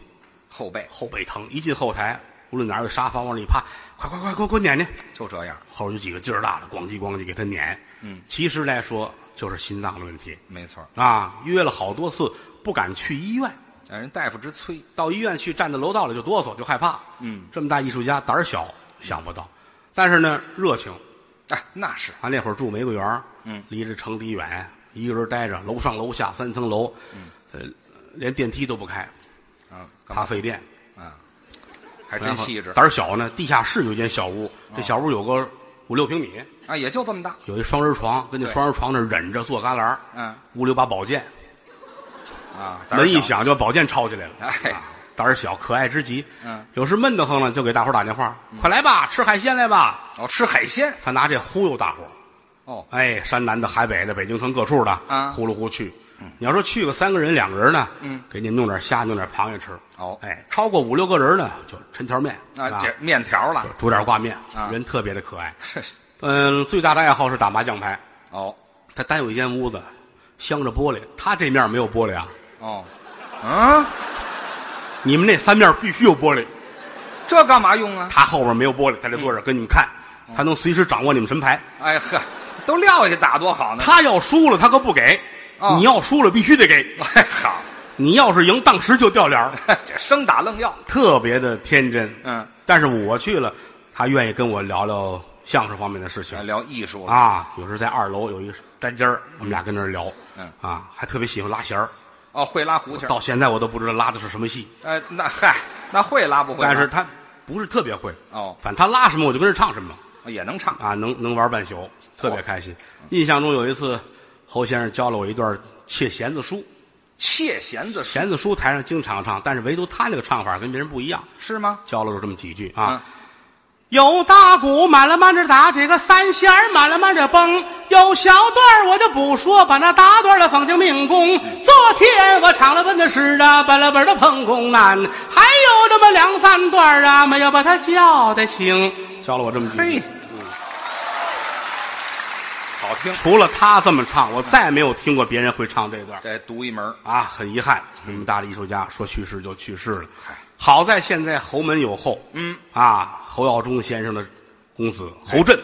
[SPEAKER 3] 后背
[SPEAKER 2] 后背疼，一进后台，无论哪儿有沙发往里一趴，快快快，给我给我撵撵。
[SPEAKER 3] 就这样，
[SPEAKER 2] 后边有几个劲儿大的，咣叽咣叽给他撵。嗯，其实来说就是心脏的问题
[SPEAKER 3] 没错儿，
[SPEAKER 2] 啊，约了好多次不敢去医院，
[SPEAKER 3] 让哎人大夫之催，
[SPEAKER 2] 到医院去站在楼道里就哆嗦，就害怕。
[SPEAKER 3] 嗯，
[SPEAKER 2] 这么大艺术家胆儿小，想不到，但是呢热情。
[SPEAKER 3] 哎，那是
[SPEAKER 2] 他那会儿住玫瑰园，嗯，离着城里远，一个人待着，楼上楼下三层楼，
[SPEAKER 3] 嗯
[SPEAKER 2] 呃，连电梯都不开，
[SPEAKER 3] 啊，干嘛
[SPEAKER 2] 怕费电。
[SPEAKER 3] 啊，还真细致
[SPEAKER 2] 胆儿小呢，地下室有一间小屋，这小屋有个五六平米，
[SPEAKER 3] 啊，也就这么大，
[SPEAKER 2] 有一双人床，跟那
[SPEAKER 3] 对
[SPEAKER 2] 双人床那儿忍着坐旮旯儿，
[SPEAKER 3] 嗯
[SPEAKER 2] 屋里有把宝剑，
[SPEAKER 3] 啊，胆儿
[SPEAKER 2] 门一
[SPEAKER 3] 小，
[SPEAKER 2] 响就把宝剑抄起来了，
[SPEAKER 3] 哎
[SPEAKER 2] 啊胆儿小可爱之极。
[SPEAKER 3] 嗯，
[SPEAKER 2] 有时闷得慌了，就给大伙儿打电话，快来吧，吃海鲜来吧。
[SPEAKER 3] 哦，吃海鲜，
[SPEAKER 2] 他拿这忽悠大伙儿。
[SPEAKER 3] 哦，
[SPEAKER 2] 哎，山南的、海北的、北京城各处的，
[SPEAKER 3] 啊
[SPEAKER 2] 呼噜呼去。你要说去个三个人、两个人呢，
[SPEAKER 3] 嗯，
[SPEAKER 2] 给你们弄点虾、弄点螃蟹吃。
[SPEAKER 3] 哦
[SPEAKER 2] 哎，超过五六个人呢，就抻条面
[SPEAKER 3] 啊，这面条了，
[SPEAKER 2] 煮点挂面，
[SPEAKER 3] 啊
[SPEAKER 2] 人特别的可爱。
[SPEAKER 3] 这是
[SPEAKER 2] 嗯，最大的爱好是打麻将牌。
[SPEAKER 3] 哦
[SPEAKER 2] 他单有一间屋子，镶着玻璃，他这面没有玻璃啊，
[SPEAKER 3] 哦，嗯，
[SPEAKER 2] 你们那三面必须有玻璃，
[SPEAKER 3] 这干嘛用啊？
[SPEAKER 2] 他后边没有玻璃，他就
[SPEAKER 3] 嗯
[SPEAKER 2] 坐这跟你们看，他能随时掌握你们什么牌。
[SPEAKER 3] 哎呵，都撂下打多好呢，
[SPEAKER 2] 他要输了，他可不给
[SPEAKER 3] 嗯哦；
[SPEAKER 2] 你要输了，必须得给。
[SPEAKER 3] 哎好，
[SPEAKER 2] 你要是赢，当时就掉脸儿。
[SPEAKER 3] 这生打愣要，
[SPEAKER 2] 特别的天真。
[SPEAKER 3] 嗯，
[SPEAKER 2] 但是我去了，他愿意跟我聊聊相声方面的事情
[SPEAKER 3] 聊艺术
[SPEAKER 2] 啊。有时在二楼有一单间儿，我们俩跟那儿聊，
[SPEAKER 3] 嗯
[SPEAKER 2] 啊，还特别喜欢拉弦儿。
[SPEAKER 3] 哦，会拉胡琴儿。
[SPEAKER 2] 到现在我都不知道拉的是什么戏，
[SPEAKER 3] 哎，那嗨，那会拉不会拉？
[SPEAKER 2] 但是他不是特别会
[SPEAKER 3] 哦
[SPEAKER 2] 反正他拉什么我就跟着唱什么
[SPEAKER 3] 也能唱
[SPEAKER 2] 啊，能能玩半宿，特别开心。印象中有一次，侯先生教了我一段切弦子书，
[SPEAKER 3] 窃弦子是
[SPEAKER 2] 弦子书台上经常唱，但是唯独他那个唱法跟别人不一样。
[SPEAKER 3] 是吗？
[SPEAKER 2] 教了我这么几句啊。
[SPEAKER 3] 嗯
[SPEAKER 2] 有打鼓满了满着打，这个三弦儿满了满着蹦，有小段儿我就不说，把那大段儿的放进命宫。昨天我唱了本的诗啊，本了本的碰宫难，还有这么两三段儿啊，没有把他叫得清。教了我这么
[SPEAKER 3] 嘿嗯
[SPEAKER 2] 句，，
[SPEAKER 3] 好听，
[SPEAKER 2] 除了他这么唱，我再没有听过别人会唱这段儿
[SPEAKER 3] 这独一门儿
[SPEAKER 2] 啊，很遗憾，这么大的艺术家说去世就去世了。好在现在侯门有后，
[SPEAKER 3] 嗯
[SPEAKER 2] 啊，侯耀中先生的公子侯震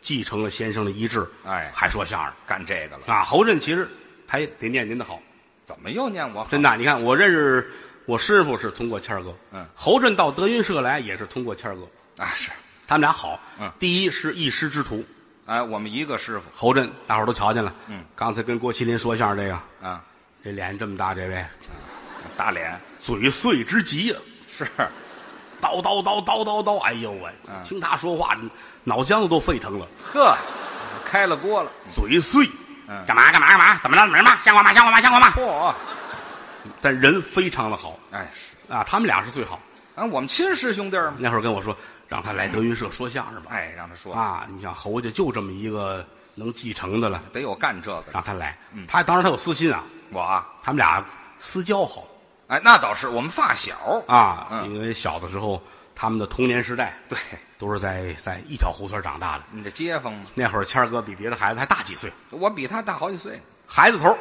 [SPEAKER 2] 继承了先生的遗志，
[SPEAKER 3] 哎
[SPEAKER 2] 还说相声。
[SPEAKER 3] 干这个了，
[SPEAKER 2] 啊，侯震其实他也得念您的好，
[SPEAKER 3] 怎么又念我好？
[SPEAKER 2] 真的。你看，我认识我师傅是通过谦儿哥，
[SPEAKER 3] 嗯
[SPEAKER 2] 侯震到德云社来也是通过谦儿哥，
[SPEAKER 3] 啊是，
[SPEAKER 2] 他们俩好，
[SPEAKER 3] 嗯
[SPEAKER 2] 第一是一师之徒，
[SPEAKER 3] 哎，我们一个师傅
[SPEAKER 2] 侯震大伙儿都瞧见了，嗯，刚才跟郭麒麟说相声这个，
[SPEAKER 3] 啊，
[SPEAKER 2] 这脸这么大，这位
[SPEAKER 3] 打脸
[SPEAKER 2] 嘴碎之极啊，
[SPEAKER 3] 是，
[SPEAKER 2] 叨叨叨叨叨叨，哎呦喂，
[SPEAKER 3] 嗯
[SPEAKER 2] 听他说话，脑浆子都沸腾了，
[SPEAKER 3] 呵，开了锅了，
[SPEAKER 2] 嘴碎，
[SPEAKER 3] 嗯
[SPEAKER 2] 干嘛干嘛干嘛，怎么了怎么了嘛，像话吗像话吗像话吗？
[SPEAKER 3] 嚯，
[SPEAKER 2] 但人非常的好
[SPEAKER 3] 哎是，
[SPEAKER 2] 啊，他们俩是最好。
[SPEAKER 3] 啊，我们亲师兄弟儿嘛，
[SPEAKER 2] 那会儿跟我说，让他来德云社说相声吧。
[SPEAKER 3] 哎，让他说，
[SPEAKER 2] 啊，你想侯家就这么一个能继承的了，
[SPEAKER 3] 得有干这个的，
[SPEAKER 2] 让他来。
[SPEAKER 3] 嗯
[SPEAKER 2] 他当时他有私心啊，
[SPEAKER 3] 我啊，
[SPEAKER 2] 他们俩私交好
[SPEAKER 3] 哎，那倒是，我们发小
[SPEAKER 2] 啊，
[SPEAKER 3] 嗯
[SPEAKER 2] 因为小的时候他们的童年时代，
[SPEAKER 3] 对，
[SPEAKER 2] 都是在在一条胡同长大的。
[SPEAKER 3] 你这街坊嘛，
[SPEAKER 2] 那会儿谦儿哥比别的孩子还大几岁，
[SPEAKER 3] 我比他大好几岁，
[SPEAKER 2] 孩子头儿，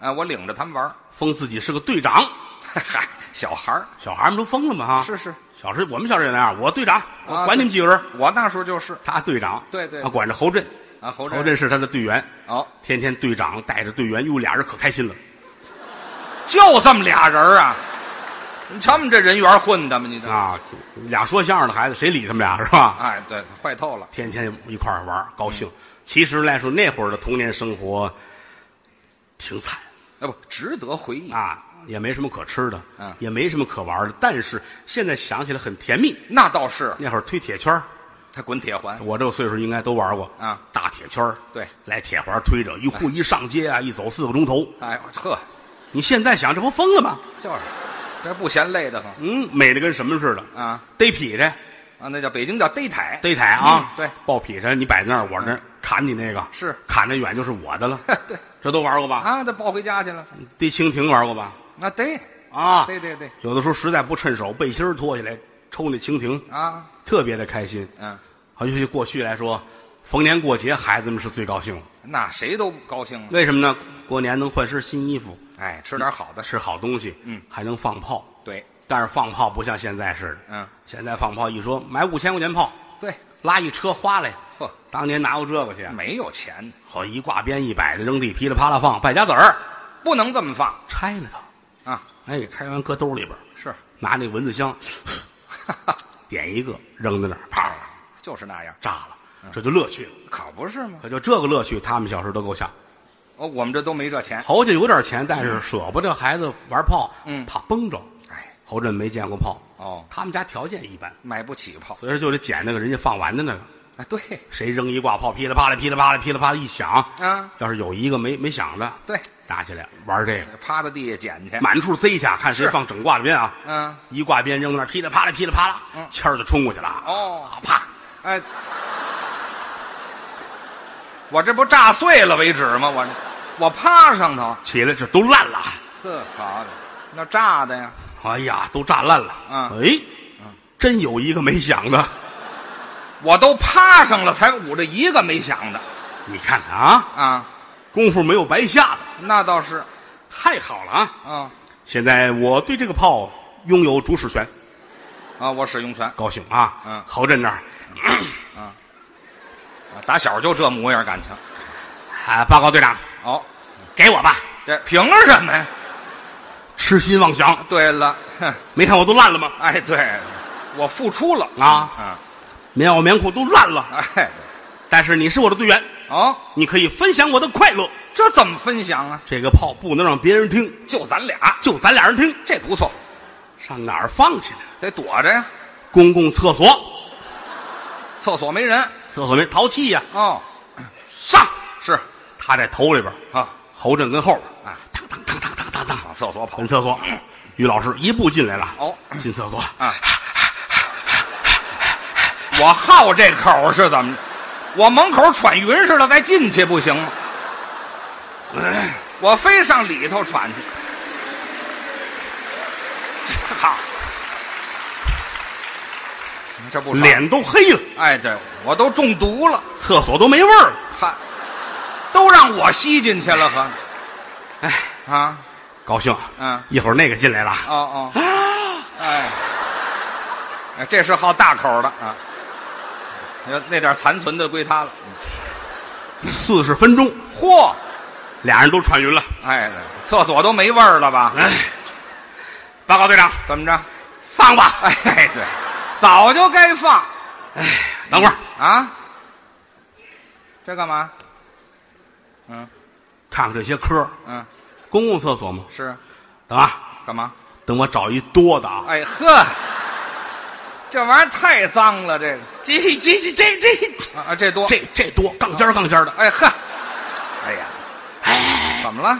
[SPEAKER 3] 哎，我领着他们玩儿，
[SPEAKER 2] 封自己是个队长，
[SPEAKER 3] 嗨，小孩儿
[SPEAKER 2] 小孩儿们都疯了嘛哈。
[SPEAKER 3] 是是，
[SPEAKER 2] 小时候我们小时候也那样，我队长，我
[SPEAKER 3] 啊
[SPEAKER 2] 管你们几个人，
[SPEAKER 3] 我那时候就是
[SPEAKER 2] 他队长，
[SPEAKER 3] 对对
[SPEAKER 2] 他管着侯震，
[SPEAKER 3] 啊，侯
[SPEAKER 2] 侯
[SPEAKER 3] 震
[SPEAKER 2] 震是他的队员，
[SPEAKER 3] 哦，
[SPEAKER 2] 天天队长带着队员，哟，俩人可开心了。
[SPEAKER 3] 就这么俩人儿啊，你瞧我们这人缘混的嘛，你这，
[SPEAKER 2] 啊，俩说相声的孩子，谁理他们俩是吧？
[SPEAKER 3] 哎，对，坏透了，
[SPEAKER 2] 天天一块儿玩儿，高
[SPEAKER 3] 嗯
[SPEAKER 2] 兴。其实来说，那会儿的童年生活挺惨
[SPEAKER 3] 哎不，值得回忆，
[SPEAKER 2] 啊，也没什么可吃的，
[SPEAKER 3] 嗯
[SPEAKER 2] 也没什么可玩儿的。但是现在想起来很甜蜜。
[SPEAKER 3] 那倒是，
[SPEAKER 2] 那会儿推铁圈儿
[SPEAKER 3] 他滚铁环，
[SPEAKER 2] 我这个岁数应该都玩过
[SPEAKER 3] 啊，
[SPEAKER 2] 大铁圈儿
[SPEAKER 3] 对
[SPEAKER 2] 来铁环推着，一户一上街啊，一走四个钟头。
[SPEAKER 3] 哎，呵，
[SPEAKER 2] 你现在想，这不疯了吗？
[SPEAKER 3] 就是，这不嫌累的慌
[SPEAKER 2] 嗯，美的跟什么似的，
[SPEAKER 3] 啊
[SPEAKER 2] 逮劈去，
[SPEAKER 3] 啊，那叫北京叫逮台，
[SPEAKER 2] 逮台啊，
[SPEAKER 3] 嗯对，嗯
[SPEAKER 2] 抱劈去，你摆那儿，我那儿砍你那个，
[SPEAKER 3] 是
[SPEAKER 2] 砍得远就是我的了。
[SPEAKER 3] 对
[SPEAKER 2] 这都玩过吧？
[SPEAKER 3] 啊，他抱回家去了，
[SPEAKER 2] 逮蜻蜓玩过吧？
[SPEAKER 3] 那逮，
[SPEAKER 2] 啊，
[SPEAKER 3] 对对对，
[SPEAKER 2] 有的时候实在不趁手，背心儿脱下来抽那蜻蜓，
[SPEAKER 3] 啊，
[SPEAKER 2] 特别的开心。
[SPEAKER 3] 嗯，
[SPEAKER 2] 啊，尤其过去来说，逢年过节孩子们是最高兴的。
[SPEAKER 3] 那谁都高兴啊，
[SPEAKER 2] 为什么呢？过年能换身新衣服，
[SPEAKER 3] 哎，吃点好的，
[SPEAKER 2] 吃好东西，嗯，还能放炮。
[SPEAKER 3] 对
[SPEAKER 2] 但是放炮不像现在似的，
[SPEAKER 3] 嗯，
[SPEAKER 2] 现在放炮一说买五千块钱炮，
[SPEAKER 3] 对，
[SPEAKER 2] 拉一车花来，
[SPEAKER 3] 呵，
[SPEAKER 2] 当年哪有这个去？啊
[SPEAKER 3] 没有钱，
[SPEAKER 2] 好一挂鞭一摆着扔地，噼里啪啦放败家子儿，
[SPEAKER 3] 不能这么放
[SPEAKER 2] 拆了它，
[SPEAKER 3] 啊，
[SPEAKER 2] 哎，开完搁兜里边儿，
[SPEAKER 3] 是，
[SPEAKER 2] 拿那蚊子香，
[SPEAKER 3] 哈哈，
[SPEAKER 2] 点一个扔在那儿，啪
[SPEAKER 3] 哎，就是那样，
[SPEAKER 2] 炸了，
[SPEAKER 3] 嗯
[SPEAKER 2] 这就乐趣了。
[SPEAKER 3] 可不是吗？
[SPEAKER 2] 可就这个乐趣，他们小时候都够呛。
[SPEAKER 3] 哦，我们这都没这钱，
[SPEAKER 2] 侯家有点钱，但是舍不得孩子玩炮，
[SPEAKER 3] 嗯
[SPEAKER 2] 怕崩着。
[SPEAKER 3] 哎，
[SPEAKER 2] 侯震没见过炮，
[SPEAKER 3] 哦，
[SPEAKER 2] 他们家条件一般，
[SPEAKER 3] 买不起炮，
[SPEAKER 2] 所以说就得捡那个人家放完的那个。
[SPEAKER 3] 啊，对，
[SPEAKER 2] 谁扔一挂炮，噼里啪啦、噼里啪啦、噼里啪啦一响，
[SPEAKER 3] 啊，
[SPEAKER 2] 要是有一个没没响的，
[SPEAKER 3] 对，
[SPEAKER 2] 打起来玩这个，
[SPEAKER 3] 趴在地下捡去，
[SPEAKER 2] 满处贼去，看谁
[SPEAKER 3] 是
[SPEAKER 2] 放整挂的鞭啊！
[SPEAKER 3] 嗯，
[SPEAKER 2] 一挂鞭扔那儿，噼里啪啦、噼里啪啦，签儿就冲过去了啊，
[SPEAKER 3] 哦，
[SPEAKER 2] 啪！
[SPEAKER 3] 哎，我这不炸碎了为止吗？我这我趴上头，
[SPEAKER 2] 起来这都烂了，
[SPEAKER 3] 呵，好的，那炸的呀，
[SPEAKER 2] 哎呀，都炸烂了。
[SPEAKER 3] 嗯
[SPEAKER 2] 哎，真有一个没响的，
[SPEAKER 3] 我都趴上了，才捂着一个没响的
[SPEAKER 2] 你看看啊。
[SPEAKER 3] 啊，
[SPEAKER 2] 功夫没有白下的，
[SPEAKER 3] 那倒是
[SPEAKER 2] 太好了啊！
[SPEAKER 3] 啊
[SPEAKER 2] 现在我对这个炮拥有主使权，
[SPEAKER 3] 啊，我使用权，
[SPEAKER 2] 高兴啊！
[SPEAKER 3] 嗯
[SPEAKER 2] 侯震那儿
[SPEAKER 3] 啊打小就这模样，感情
[SPEAKER 2] 啊，报告队长，
[SPEAKER 3] 哦，
[SPEAKER 2] 给我吧！
[SPEAKER 3] 这凭什么呀？
[SPEAKER 2] 痴心妄想，
[SPEAKER 3] 对了，哼，
[SPEAKER 2] 没看我都烂了吗？
[SPEAKER 3] 哎，对，我付出了
[SPEAKER 2] 啊
[SPEAKER 3] 啊，
[SPEAKER 2] 棉袄棉裤都烂了，
[SPEAKER 3] 哎，
[SPEAKER 2] 但是你是我的队员，
[SPEAKER 3] 哦，
[SPEAKER 2] 你可以分享我的快乐。
[SPEAKER 3] 这怎么分享啊？
[SPEAKER 2] 这个炮不能让别人听，
[SPEAKER 3] 就咱俩，
[SPEAKER 2] 就咱俩人听，
[SPEAKER 3] 这不错，
[SPEAKER 2] 上哪儿放去呢？
[SPEAKER 3] 得躲着呀，
[SPEAKER 2] 公共厕所，
[SPEAKER 3] 厕所没人
[SPEAKER 2] 厕所没人淘气呀、
[SPEAKER 3] 哦，
[SPEAKER 2] 上！
[SPEAKER 3] 是
[SPEAKER 2] 他在头里边，
[SPEAKER 3] 啊，
[SPEAKER 2] 侯震跟后边
[SPEAKER 3] 啊，
[SPEAKER 2] 当当当当当当当。
[SPEAKER 3] 往厕所跑
[SPEAKER 2] 奔厕所，于老师一步进来了。
[SPEAKER 3] 哦
[SPEAKER 2] 进厕所，
[SPEAKER 3] 啊，我好这口是怎么着？我门口喘匀似的，再进去不行吗？哎我非上里头喘去。 好，嗯这不少
[SPEAKER 2] 脸都黑了，
[SPEAKER 3] 哎，对我都中毒了，
[SPEAKER 2] 厕所都没味儿了。
[SPEAKER 3] 还都让我吸进去了，呵，哎啊，
[SPEAKER 2] 高兴，
[SPEAKER 3] 嗯
[SPEAKER 2] 一会儿那个进来了啊，
[SPEAKER 3] 哦哦，哎，哎，这是好大口的啊，那那点残存的归他了。
[SPEAKER 2] 四十分钟，
[SPEAKER 3] 嚯，
[SPEAKER 2] 俩人都喘匀了。
[SPEAKER 3] 哎，厕所都没味儿了吧？
[SPEAKER 2] 哎，报告队长，
[SPEAKER 3] 怎么着？
[SPEAKER 2] 放吧。
[SPEAKER 3] 哎，对，早就该放
[SPEAKER 2] 等会儿
[SPEAKER 3] 啊。这干嘛？
[SPEAKER 2] 看看这些科儿，
[SPEAKER 3] 嗯，
[SPEAKER 2] 公共厕所吗？
[SPEAKER 3] 是
[SPEAKER 2] 等啊，
[SPEAKER 3] 干嘛？
[SPEAKER 2] 等我找一多的啊。
[SPEAKER 3] 哎呵，这玩意儿太脏了，这个
[SPEAKER 2] 这这这这这
[SPEAKER 3] 啊啊，这多
[SPEAKER 2] 这这多，杠尖儿杠尖儿的。
[SPEAKER 3] 哎呵，哎呀，怎么了？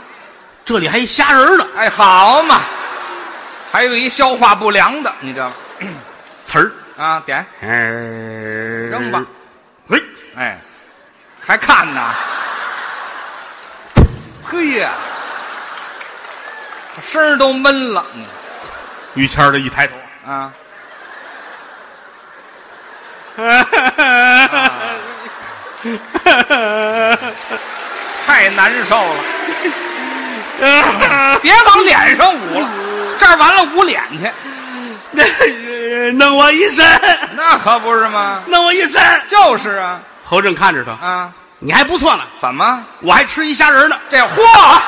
[SPEAKER 2] 这里还一虾仁儿的
[SPEAKER 3] 哎，好嘛，还有一消化不良的，你知道吗？
[SPEAKER 2] 词儿，
[SPEAKER 3] 啊，点
[SPEAKER 2] 哎扔
[SPEAKER 3] 扔吧，
[SPEAKER 2] 喂，
[SPEAKER 3] 哎，还看呢？嘿呀，声儿都闷了，嗯
[SPEAKER 2] 于谦儿这一抬头，
[SPEAKER 3] 啊，太难受了，别往脸上捂了，这儿完了捂脸去，
[SPEAKER 2] 弄我一身，
[SPEAKER 3] 那可不是吗？
[SPEAKER 2] 弄我一身。
[SPEAKER 3] 就是啊，
[SPEAKER 2] 侯震看着他，
[SPEAKER 3] 啊，
[SPEAKER 2] 你还不错呢，
[SPEAKER 3] 怎么
[SPEAKER 2] 我还吃一虾仁儿呢。
[SPEAKER 3] 这嚯，啊